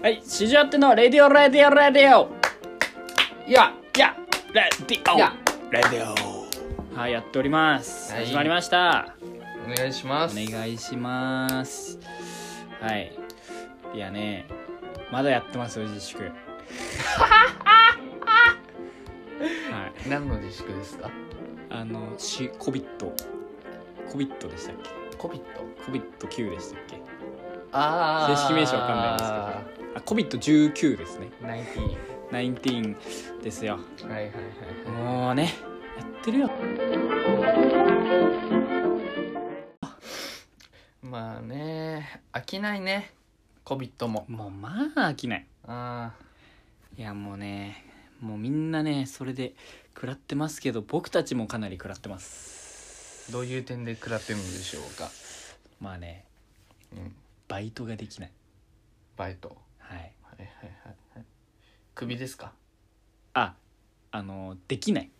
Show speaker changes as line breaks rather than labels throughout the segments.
はい、市場ってのはレディオレディオレディオいやいやレディオ
いや
レディオはい、やっております、
はい
始まりました
お願いしま
お
す
願いしますはいいやねまだやってますよ自 粛はい
何の自粛ですか
あのしコビットコビットでしたっけ
コビット
コビット9でしたっけ
あ
正式名称わかんないんですけどあコビット19ですね
ナインティ
19ですよ
ーンはいはいはいはい
もうねやってるよ
まあね飽きないねコビットも
もうまあ飽きない
あ
いやもうねもうみんなねそれで食らってますけど僕たちもかなり食らってます
ーどういう点で食らってるのでしょうか、
まあね
うん、
バイトができない
バイト
はい
はいはいはいはい首ですか
ああのできない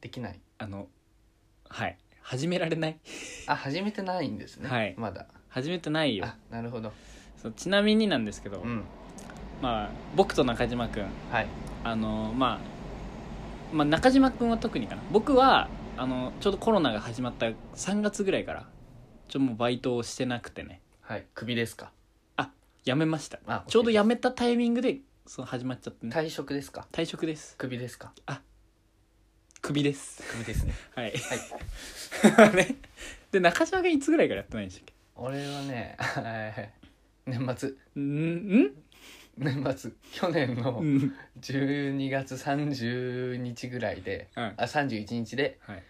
できない
あのはい始められない
あ始めてないんですね
はい
まだ
始めてないよ
あなるほど
そうちなみになんですけど、
うん
まあ僕と中島くん
はい
あのまあ、まあ、中島君は特にかな僕はあのちょうどコロナが始まった3月ぐらいからちょっともうバイトをしてなくてね
はい首ですか
辞めました
あ
ちょうど
や
辞めたタイミングでその始まっちゃってね
退職ですか
退職です
首ですか
クビです
首ですね
はい、
は い
ねで中島がいつぐらいからやってないんでしたっけ
俺はね 年末
んん
年末去年の
うん
12月30日ぐらいで
はい
あ31日で
はい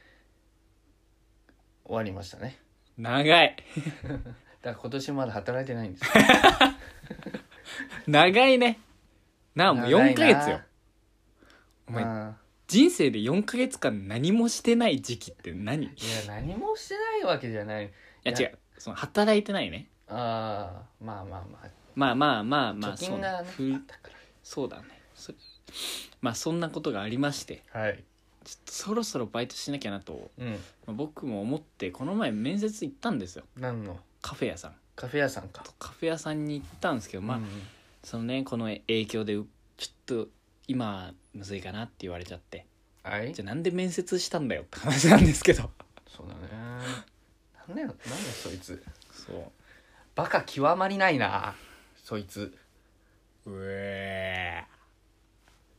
終わりましたね
長い
だから今年まだ働いてないんです
長いねなあ もう4ヶ月よお
長
前
いなあ
人生で4ヶ月間何もしてない時期って何い
ーいや何もしてないわけじゃない
や
いや
違うその働いてないね
ああまあまあまあ
まあまあまあまあ
貯金がね
そうね
あったか
そうだねそまあそんなことがありまして
らはい
ちょっとそろそろバイトしなきゃなと、
うん
まあ、僕も思ってこの前面接行ったんですよ
何の
カフェ屋さん
カフェ屋さんか
とカフェ屋さんに行ったんですけどまあ、
うん
そのねこの影響でうちょっと今むずいかなって言われちゃって
はい
じゃあなんで面接したんだよって 話なんですけど
そうだねなんだよなんだよそいつ
そ
バカ極まりないなそいつ
ううえ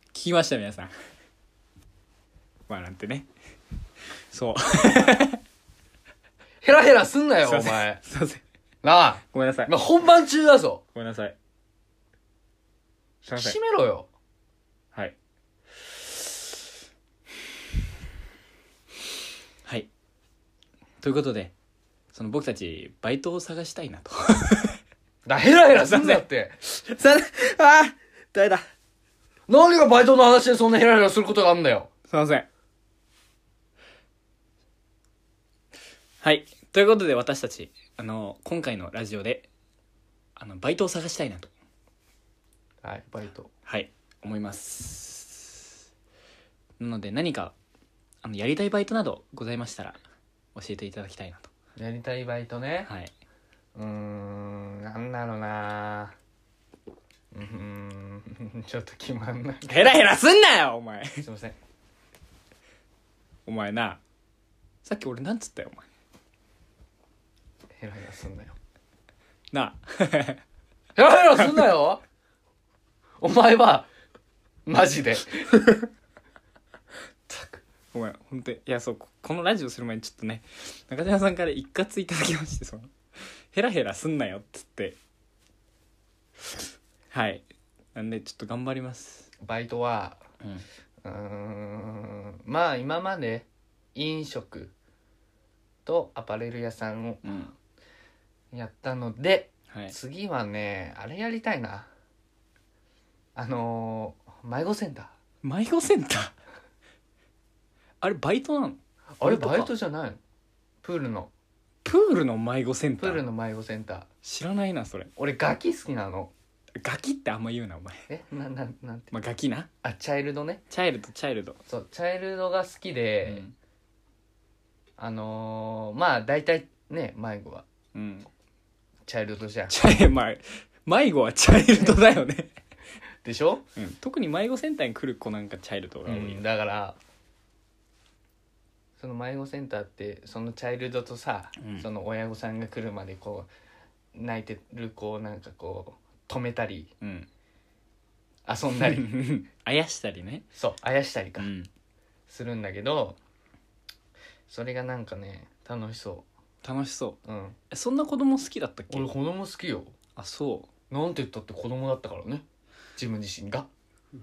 ー聞きました皆さん まあなんてねそう
ヘラヘラすんなよ
すい
お
ません
前
すいません
なあ
ごめんなさい
今本番中だぞ
ごめんなさい。すいませ
閉
ん。
めろよ
はい。はい。ということで、その僕たち、バイトを探したいなと。
だヘラヘラすんなって
さ、 ああ誰だす
何がバイトの話でそんなヘラヘラすることがあんだよ
いません。はい。ということで、私たち、あの、今回のラジオで、あの、バイトを探したいなと。
はいバイト
はい思いますなので何かあのやりたいバイトなどございましたら教えていただきたいなと
やりたいバイトね
はいう
ーんなんだろうなうーんちょっと決まんない
ヘラヘラすんなよお前
すいません
お前なさっき俺なんつったよお前
ヘラヘラすんなよ
な あ
ヘラヘラすんなよお前はマジで
お前本当にいやそうここのラジオする前にちょっとね中島さんから一括いただきましてそのヘラヘラすんなよっつってはいなんでちょっと頑張ります
バイトは
うん
うーんまあ今まで飲食とアパレル屋さんを
うん
やったので
はい
次はねあれやりたいなあのー、迷子センター
迷子センターあれバイトなの
あ
バイ
れ
トか
バイトじゃないのプールの
プールの迷子セン
プ
ター
ールの迷子センター
知らないなそれ
俺ガキ好きなの
ガキってあんま言うなお前
えなななんて
まあガキな
あチャイルドね
チャイルドチャイルド、
そうチャイルドが好きで、あのー、まあ大体ね迷子は
うん、うん、
チャイルドじゃん
チャイまあ迷子はチャイルドだよね、
でしょ、
うん、特に迷子センターに来る子なんかチャイルドが多い、
うんだからその迷子センターってそのチャイルドとさ、
うん
その親御さんが来るまでこう泣いてる子をなんかこう止めたり
うん、
遊んだり
あやしたりね、
そうあやしたり
う
か、
ん、
するんだけどそれがなんかね楽しそ、
楽しそう
うん、
うそんな子供好きだったっけ
俺子供好きよ
あそ
なんて言ったって子供だったからね自分自身が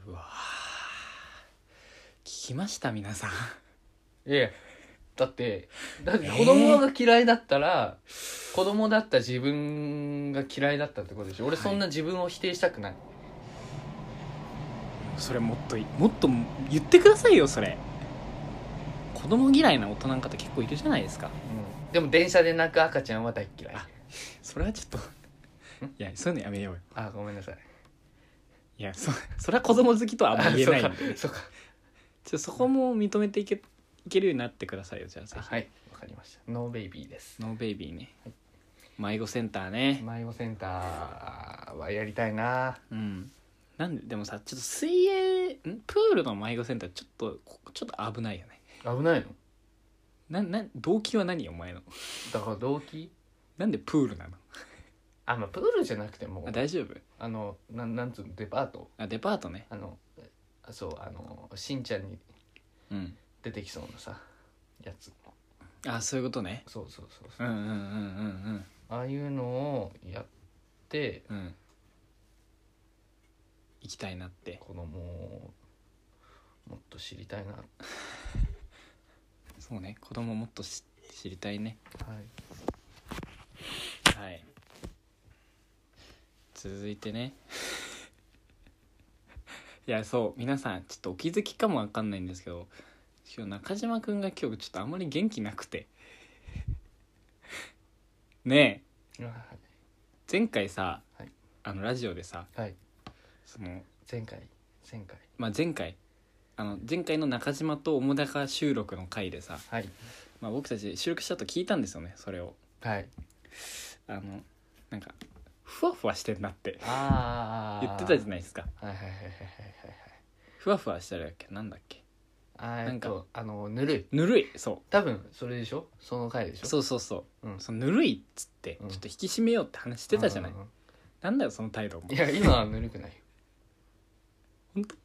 ううわー聞きました皆さん
いやだってだって
えー
子供が嫌いだったら、子供だった自分が嫌いだったってことでしょ俺
はい
そんな自分を否定したくない、
それもっといもっと言ってくださいよそれ子供嫌いな大人の方結構いるじゃないですか
うん、でも電車で泣く赤ちゃんは大っ嫌い
あそれはちょっといやそういうのやめようよ
あごめんなさい
いやそ それは子供好きとはあんま言えないんで
あそうか
ちょそこも認めていけいけるようになってくださいよじゃあ
そ
ぜ
うか
ひ、
はいわかりましたノーベイビーです
ノーベイビーね迷子センターね
迷子センターはやりたいな
うんなんででもさちょっと水泳んプールの迷子センターちょっとこちょっと危ないよね
危ないの
なな動機は何お前の
だから動機
なんでプールなの
あまあプールじゃなくても
あ大丈夫
あのなんなんつうのデパート
あデパートね
あのあそうあのしんちゃんに
うん
出てきそうなさやつ
あそういうことね
そうそうそうそううん
うんうんうん
ああいうのをやって
うんうん行きたいなって
子供をもっと知りたいなは
そうね子供もっとし知りたいね
い
はい続いてね いやそう皆さんちょっとお気づきかもわかんないんですけど今日中島くんが今日ちょっとあんまり元気なくて ねえ
はい
前回さ、
はい
あのラジオでさ
はい
その、
前回前回
まあ、前回あの前回の中島と澤高収録の回でさ、
はい
まあ、僕たち収録したと聞いたんですよねそれを
はい
あのなんかふわふわしてんなって
あ
言ってたじゃ
ん
ないですか
はいはいはいはい
ふわふわしてるだっけなんだっけ
はいは
な
いなん
んか
かあのぬるい
ぬるいそ
多分それでしょその回でし
う
ょ、
そうそうそう
ん
う、そのぬるいっつってち
う
ょ
ん
っと引き締めようって話してたじゃない、
うんうん
なんだよその態度も
うんいや今はぬるくないよ
ほんと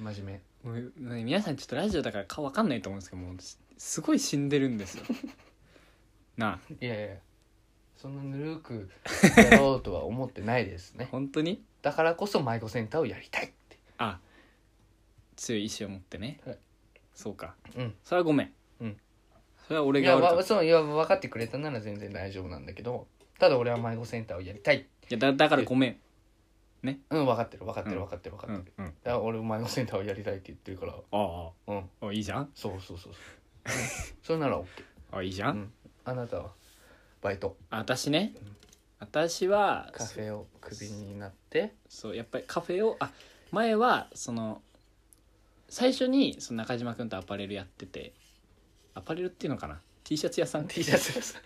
真面
も
目
うね皆さんちょっとラジオだから顔わかんないと思うんですけどもうすごい死んでるんですよ なあ
いやいやそんなぬるくやろうとは思ってないですね
本当に
だからこそ迷子センターをやりたいって
あ強い意志を持ってね、
はい
そうか
うん
それはごめん、
うん
それは俺
い
が
や
悪かった
わ
い
そういや分かってくれたなら全然大丈夫なんだけどただ俺は迷子センターをやりたい
やだだからごめん、
うん分かってる分かってる
うん
分かってる分か
う
って
ん
る、
うん、あ
だから俺迷子センターをやりたいって言ってるから
あ
うん
ああいいじゃん
そうそうそうそうそれなら OK
あいいじゃん、
うんあなたはバイト
あ私ね、
うん
私は
カフェをクビになって
そうやっぱりカフェをあ前はその最初にその中島君とアパレルやっててアパレルっていうのかな T シャツ屋さん
T シャツ屋さん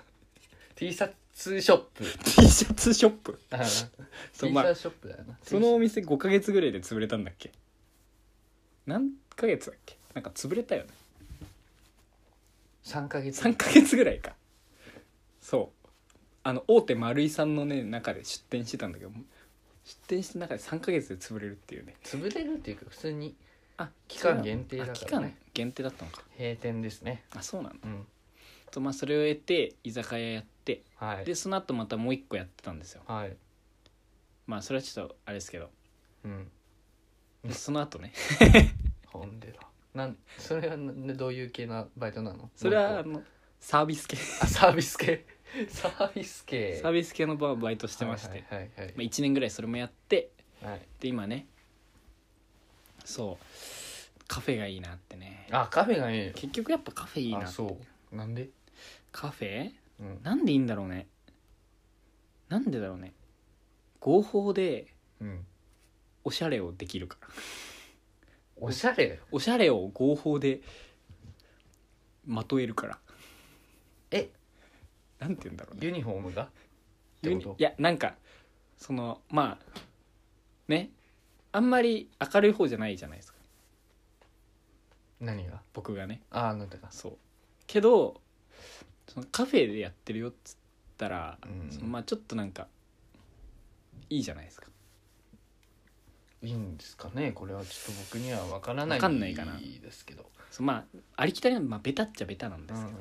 T シャツショップ
T シャツショップ
あ T シャ
そう、まあ、
ツショップだよな
そのお店5ヶ月ぐらいで潰れたんだっけ何ヶ月だっけなんか潰れたよね
3ヶ月
3ヶ月ぐらいかそうあの大手丸井さんのね中で出店してたんだけど出店した中で3ヶ月で潰れるっていうね
潰れるっていうか普通に
あ
期間限定だからね
あ期間限定だったのか
閉店ですね
あそうなの
うん
とまあそれを得て居酒屋やって
はい
でその後またもう一個やってたんですよ
はい
まあそれはちょっとあれですけど
うん
でその後ね
ほんでだなんそれはなどういう系なバイトなの
それはあ
もう
のサービス系
一個あサービス系 サービス系
サービス系のバーバイトしてまして、
はいはいはい
まあ、1年ぐらいそれもやって
はい、はい
で今ねそうカフェがいいなってね
あカフェがいいよ
結局やっぱカフェいいな
あ
って
そうなんで
カフェ
うん
なんでいいんだろうねなんでだろうね合法で
うん
おしゃれをできるから
おしゃれだよ
おしゃれを合法でまとえるから
え
なんて言うんだろうね
ユニフォームがって
ユ
こ
ニ
と
いやなんかそのまあねあんまり明るい方じゃないじゃないですか
何が
僕がね
ああなんだか
そうけどそのカフェでやってるよっつったら、
うん
そのまあちょっとなんかいいじゃないですか
いいんですかねこれはちょっと僕には分からない
わかんないかな
ですけど、
そのまあありきたりな、まあ、ベタっちゃベタなん
う
で
ん
す
う
け
ん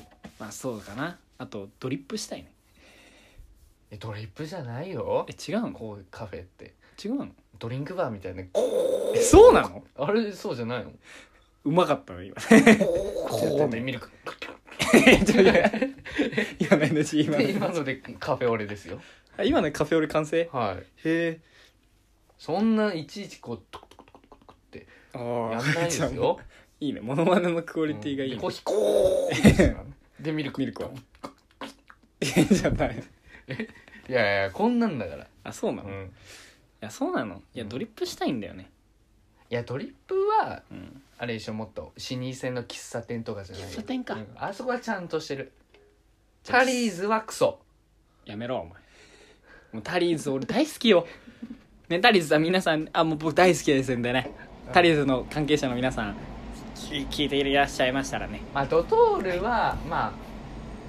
ど、まあそうかなあとドリップしたいね
えドリップじゃないよ
え違うの
こうカフェって
違 うの
ドリンクバーみたいなこ
えそうなの
うあれそうじゃないの
うまかったね今
こうやってミルク
えちょいや今の NG 今
で今
の
のでカフェオレですよ
あ今のカフェオレ完成へ
はい
え
そんないちいちこうトクトクトクトクトクって
あ
やん
ー
ないです
じゃあも
よ
ういいねモノマネのクオ
ク
リティがいい、ね
コーヒーこうですからねでミルク
ミルクはえじゃない
いやいやこんなんだから
あそうな
う
の、い
ん
やそうなのいや
うん
ドリップしたいんだよね
いやドリップは
うん
あれでしょもっと老舗の喫茶店とかじゃないよ
喫茶店か
うんあそこはちゃんとしてるタリーズはクソ
やめろお前もうタリーズ俺大好きよねタリーズさん皆さんあもう僕大好きですんでねタリーズの関係者の皆さん聞聞いていらっしゃいましたらね
まあドトールはま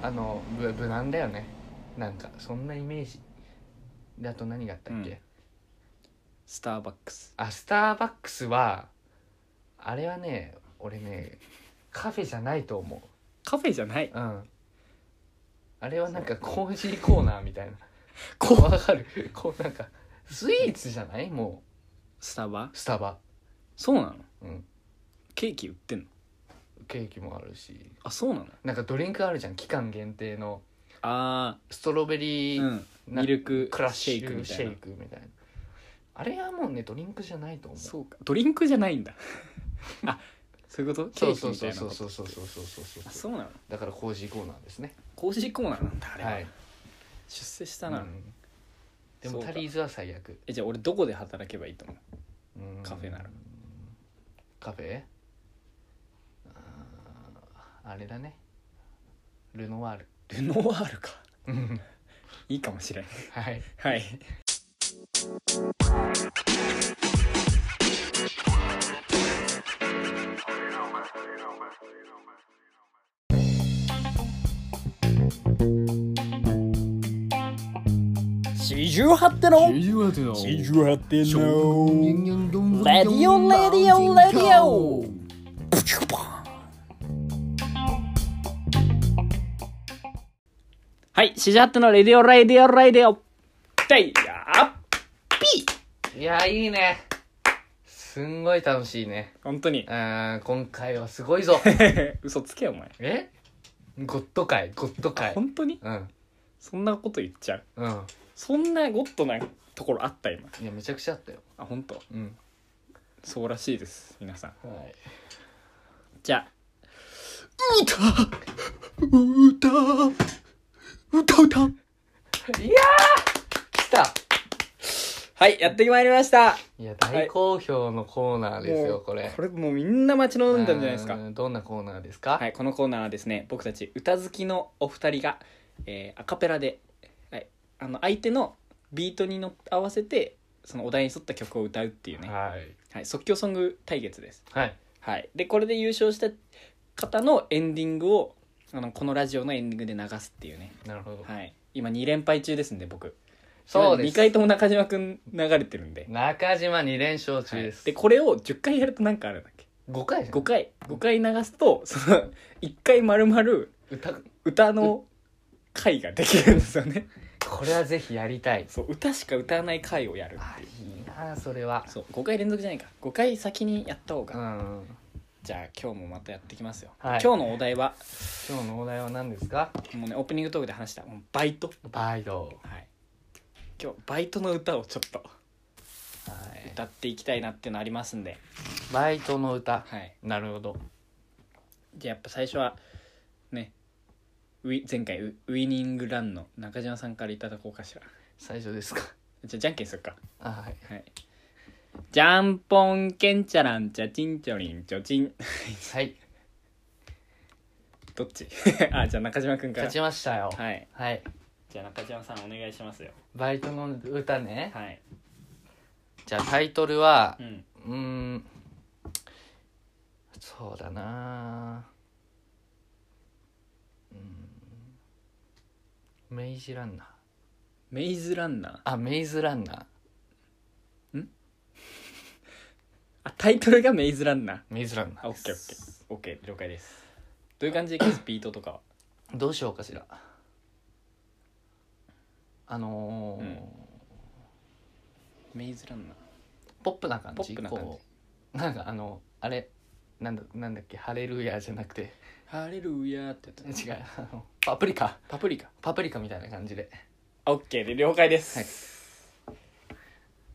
ああの無無難だよねなんかそんなイメージであと何があったっけ、
うんスターバックス
あスターバックスはあれはね俺ねカフェじゃないと思
カフェじゃないう
うんあれはなんかコーヒーコーナーみたいな
こう
わかるこうなんかスイーツじゃないも
スタバ
うスタバ
そうなの
うん
ケーキ売ってんの
ケーキもあるし
あそうなの
なんかドリンクあるじゃん期間限定の
あ
ストロベリ
ー
ー、
うん
な
ミルク
クラッ
シ
シ
ェ
ュ
イクみた
シ
い
ェ
な
イクみたいなあれはもうねドリンクじゃないと思う
そうかドリンクじゃないんだあそういうことケ
そ
ー
う
キ
そう
みた
そ
いうな
そうそううそうそうそうそう
あそうなの
だからコージーコーナーですね
工事コーナーなんだあれは、
はい、
出世したな、
うんで
そう
も
か
タリーズは最悪、
えじゃあ俺どこで働けばいいと思う
うん
カフェなら
カフェあーあれだねルノワール
ルノワールか
うん
いいかもしれん
はい
はい四十八手の四十八手のレディオレディオレディオプチュパンはい四十八手のレディオレディオレディオ第アッピー
いやいいねすんごい楽しいね
本当 に
あー今回はすごい ぞ
嘘つけよお前
えゴッド会ゴッド会
本当に
うん
そんなこと言っちゃう
うん
そんなゴッドなところあった今
いやめちゃくちゃあったよ
あ本当
うん
そうらしいです皆さん
はい
じゃあ歌歌歌歌
いやー来た
はいやってまいりました
いや大好評のコーナーです
も
よ
う
これ
これもうみんな待ち望んだんじゃないです
う
か
んどんなコーナーですか
はいこのコーナーはですね僕たち歌好きのお二人が、えーアカペラで、はい、あの相手のビートにの合わせてそのお題に沿った曲を歌うっていうね、
はい
はい、即興ソング対決です
はい
はい、でこれで優勝した方のエンディングをあのこのラジオのエンディングで流すっていうね、
なるほど
はい、今2連敗中ですんで僕
そうで
2回
す
とも中島くん流れてるんで,、
中島2連勝
は
中
い
です
でこれを10回やるとなんかあるんだっけ
5回じゃん
5回5回流すとその1回まるまる
歌
歌の回ができるんですよね
これはぜひやりたい
そう歌しか歌わない回をやる
あいいなそれは
そう5回連続じゃないか5回先にやった方
う
が、
ん
じゃあ今日もまたやってきますよ、
はい
今日のお題は
今日のお題は何ですか
もうねオープニングトークで話したもうバイト
バイド
はい、今日バイトの歌をちょっと
はい
歌っていきたいなっていうのありますんで、
バイトの歌
はい、
なるほど
じゃあやっぱ最初はねウィ前回ウウィニングランの中島さんからいただこうかしら
最初ですか
じゃあじゃんけんするか
あはい
はいじゃんぽんけんちゃらんちゃちんちょりんちょちん
はい
どっち あじゃあ中島くんから
勝ちましたよ
はい
はい
じゃあ中島さんお願いしますよ
バイトの歌ね
はい
じゃあタイトルは
うん
うーんそうだなうーんメイジランナー
メイズランナー
あメイズランナー
あタイトルがメイズランナー
メイズランナ
あ
ー
オ
で
ッ
す
ケーオッケーオッケー了解ですどういう感じでスピートとかは
どうしようかしらあのー
うんメイズランナー
ポップな感じ
ポップな感じ
こうなんかあのあれなんだなんだっけ「ハレルヤ」じゃなくて
ハレルヤーってやつ
違うあのパプリカ
パプリカ
パプリカみたいな感じで
あオッケーで了解です、
はい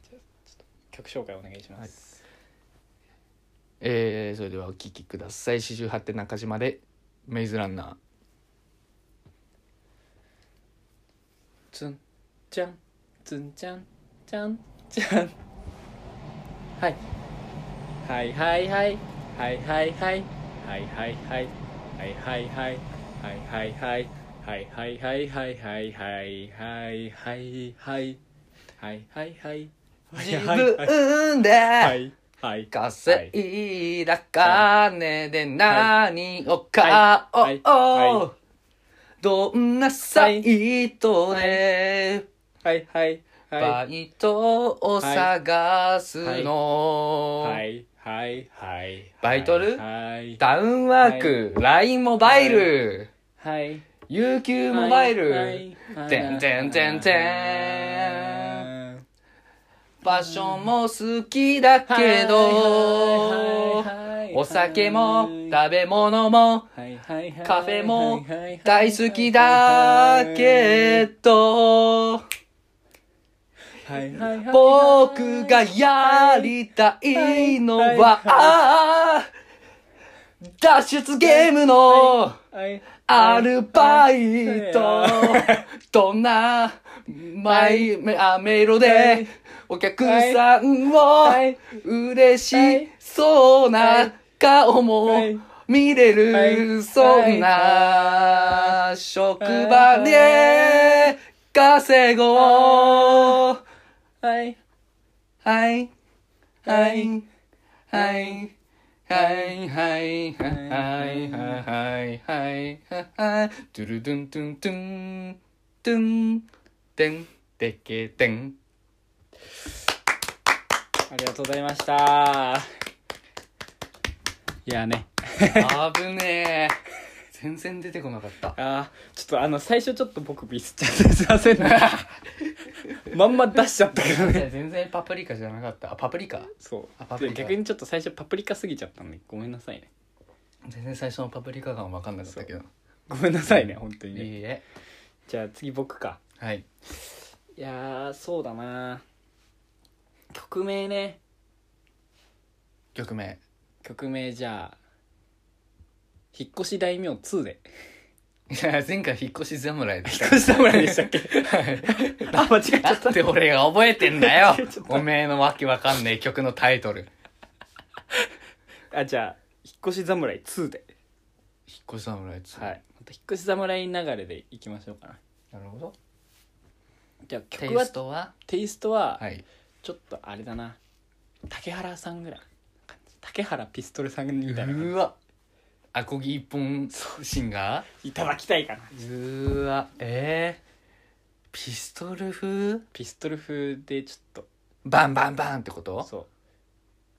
じゃあちょっと曲紹介お願いします、
えー、それではお聴きください四十八手中島で「メイズランナー」
ツンチャンツンチャンチャンチャンはいはいはいはいはいはいはいはいはいはいはいはいはいはいはいはいはいはいはいはいはいはいはいはいはいはいはい
自
は
分で
いはい
稼いだ金で何を買
はいはいはい
お
は
うどんなサイトで
はいはいは
バイトを探す
い
の
はいはいはい
バイトル
はい
ダウンワーク、LINE モバイル、
はい。
UQ モバイル、てんてんてんてん場所も好きだけど、お酒も食べ物もカ
カ
フェも大好きだけど、僕がやりたいのは、脱出ゲームのアルバイト。どんな、マイ、メあメロで、お客さんを
はい、
嬉しそうな顔も
はい
見れ
は
る、
い
そんな、職場で、稼ごう。
はい。
はい。はい。はい。はいはいはいはいはいはいはいドゥルドゥンドゥンドゥンドゥンデンデケデン
ありがとうございました。いやね。
あぶねえ全然出てこなかった
あーちょっとあの最初ちょっと僕ミスっちゃってすいません ねまんま出しちゃったけど
い
ね
や全然パプリカじゃなかったあパプリカ
そ
あパ
う
プリ
で
カ
逆にちょっと最初パプリカすぎちゃったんでごめんなさいね
全然最初のパプリカ感わかんなかったけど
ごめんなさいね本当
い
にね
いえ
じゃあ次僕か
はい
いやーそうだな曲名ね
曲名
曲名じゃあ「引っ越し大名2」で
いや前回引っ越し侍でした
引っ越し侍でしたっけ
はい
あ間違えちゃ
だ
っ
って俺が覚えてんだよ
ちょっと
おめえのわけわかんねえ曲のタイトル。
た あじゃあ「引っ越し侍2」で
引っ越し侍つ
はいまた引っ越し侍流れでいきましょうかな
なるほど。
じゃあ曲
テイ
は
ストは
テイストは、
はい。
ちょっとあれだな竹原さんぐらいな感じ竹原ピストルさんみたいな感
うわ。アコギ一本シンガ
じいただきたいかな
ーうわ。ええピストル風
ピストル風でちょっ
バンバンバンってこ
と
と
そう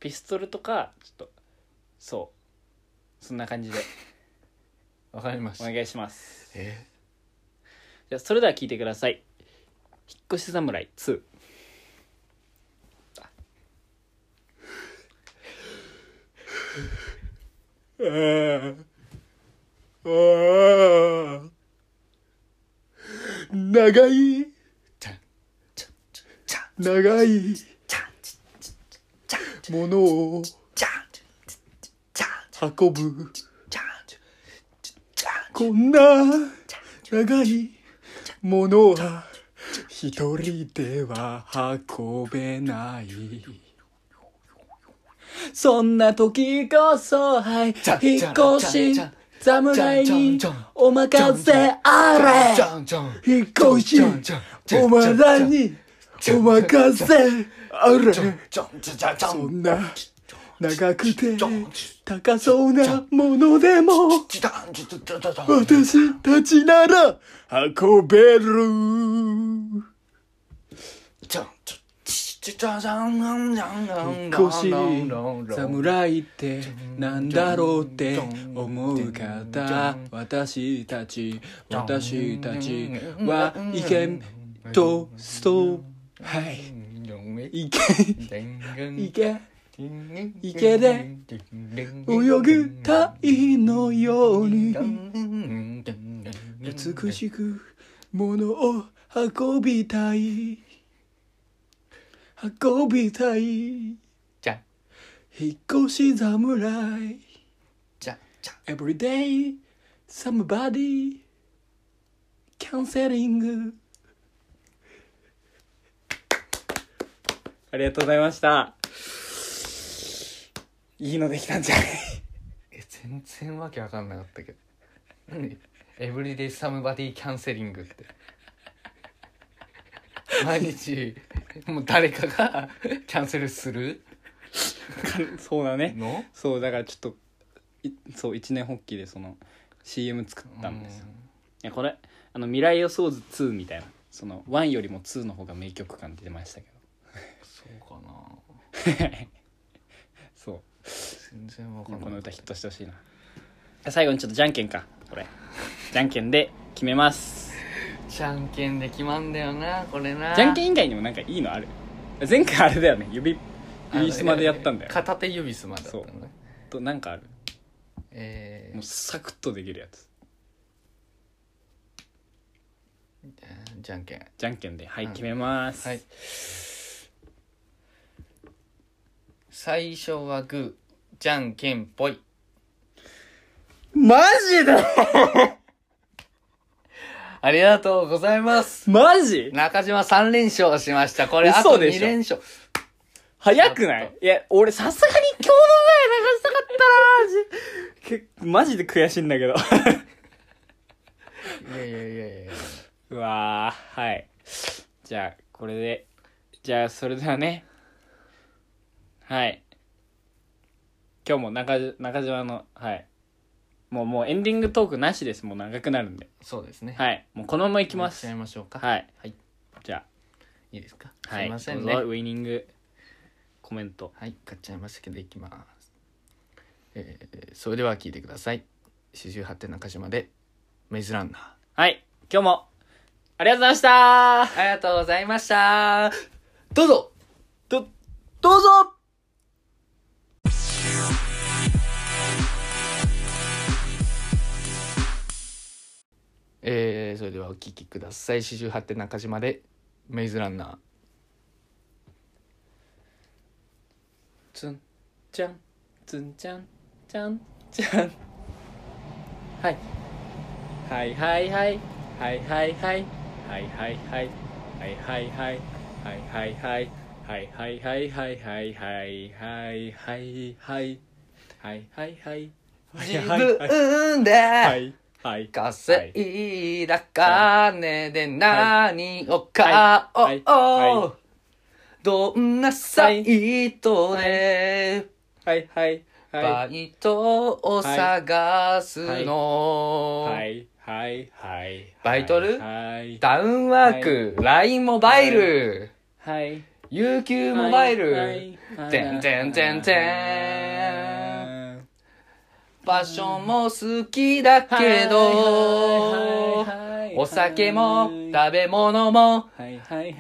ピストルとかちょっとそうそんな感じ で
わかりま
お
した。
願いします
え
じゃあそれでは聞いてください「引っ越し侍2」
長い長いものを運ぶこんな長いものは一人では運べない
そんな時こそはい引っ越し侍に
じゃんじゃんじゃん
お任せあ
じゃんじゃん
れ引っ越し
じゃんじゃんじゃん
お前らに
じゃん
お任せあれ
じゃんじゃんじゃんじゃんじゃ
そ
ん
んな長くて
じゃん
高そうなものでも
じゃんじゃんじゃんじゃんじゃん
私たちなら運べる
じゃんじゃんじゃんじゃんじゃんじゃん
引っ越し侍ってなんだろうって思う方私たち私たちは意見とストはい意見意見池で泳ぐたいのように美しく物を運びたい運びたい
じゃん
引っ越し侍
じゃんじゃん
Every day somebody canceling ありがとうございましたいいのできたんじゃない
え全然わけわかんなかったけど何エブリデイサムバディキャンセリングって毎日もう誰かがキャンセルする
そうだね
の
そうだからちょっといそう一年発起でその CM 作ったんですよいやこれあの未来予想図2みたいなその1よりも2の方が名曲感出てましたけ
うんそうかな
ど そう
全然わかんない
この歌ヒットしてほしいな最後にちょっとじゃんけんかこれじゃんけんで決めます
じゃんけんで決まんだよなこれな
じゃんけん以外にもなんかいいのある前回あれだよね指
あの
指すまでやったんだよ
片手指すまでだったのね
となんかある
え
もう
ー
サクッとできるやつ
じゃんけん
じゃんけんではい
うん
決めます、
はい最初はグーじゃんけんぽい
マジで
ありがとうございます
マジ
中島3連勝しました。これ、あと
嘘でしょ
2連勝。
早くないいや俺さすがに今日の前流したかったなマジけ マジで悔しいんだけど
いやいやいやいや
うわーはいじゃあこれでじゃあそれではねはい今日も中じ中島のはいもうもうエンディングトークなしですもう長くなるんで
そうですね。い。
はいもうこのままい
行
きます
ちゃいましょうか。
はい
はい。
じゃ
いいですか。
あは
すい
い
ません
ど
ね。
うぞウイニングコメント
はい。買っちゃいましたけど、いきます。えー、それでは聞いてください。四十八点中島で、メイズランナー。
はい今日もありがとうございました
ありがとうございました。どうぞ
ど
どうぞえー、それではお聞きください四十八手中島でメイズランナー
つんちゃんつんちゃんちゃんちゃんはいはいはいはいはいはいはいはいはいはいはいはいはいはいはいはいはいはいはいはいはいはいはいはいはいはいはい
自分で
はい
稼いだ金で何を買
はいはい
お
は
うどんなサイトで
はいはいは
バ
い
イトを探すの、
はいはいはい
バイトル
はい
ダウンワーク、LINE モバイル、
はい
UQ モバイル、てんてんてんてん場所も好きだけど、お酒も食べ物もカ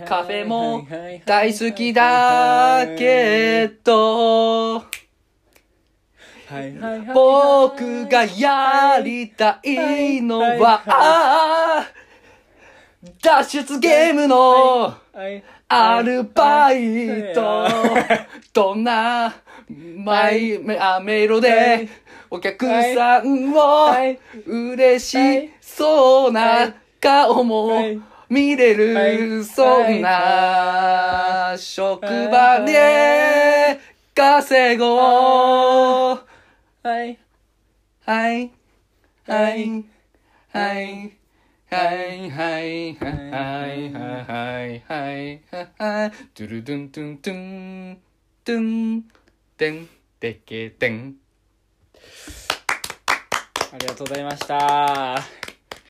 カ
フェも大好きだけど、僕がやりたいのは、脱出ゲームのアルバイト、どんな、マイ、あ、メロで、お客さんを、嬉しそうな顔も見れる、そんな、職場で、稼ごう。はい。はいはいはいはいはいはいはいはいドゥルドゥンドゥンドゥンドゥンデンデケデン
ありがとうございました。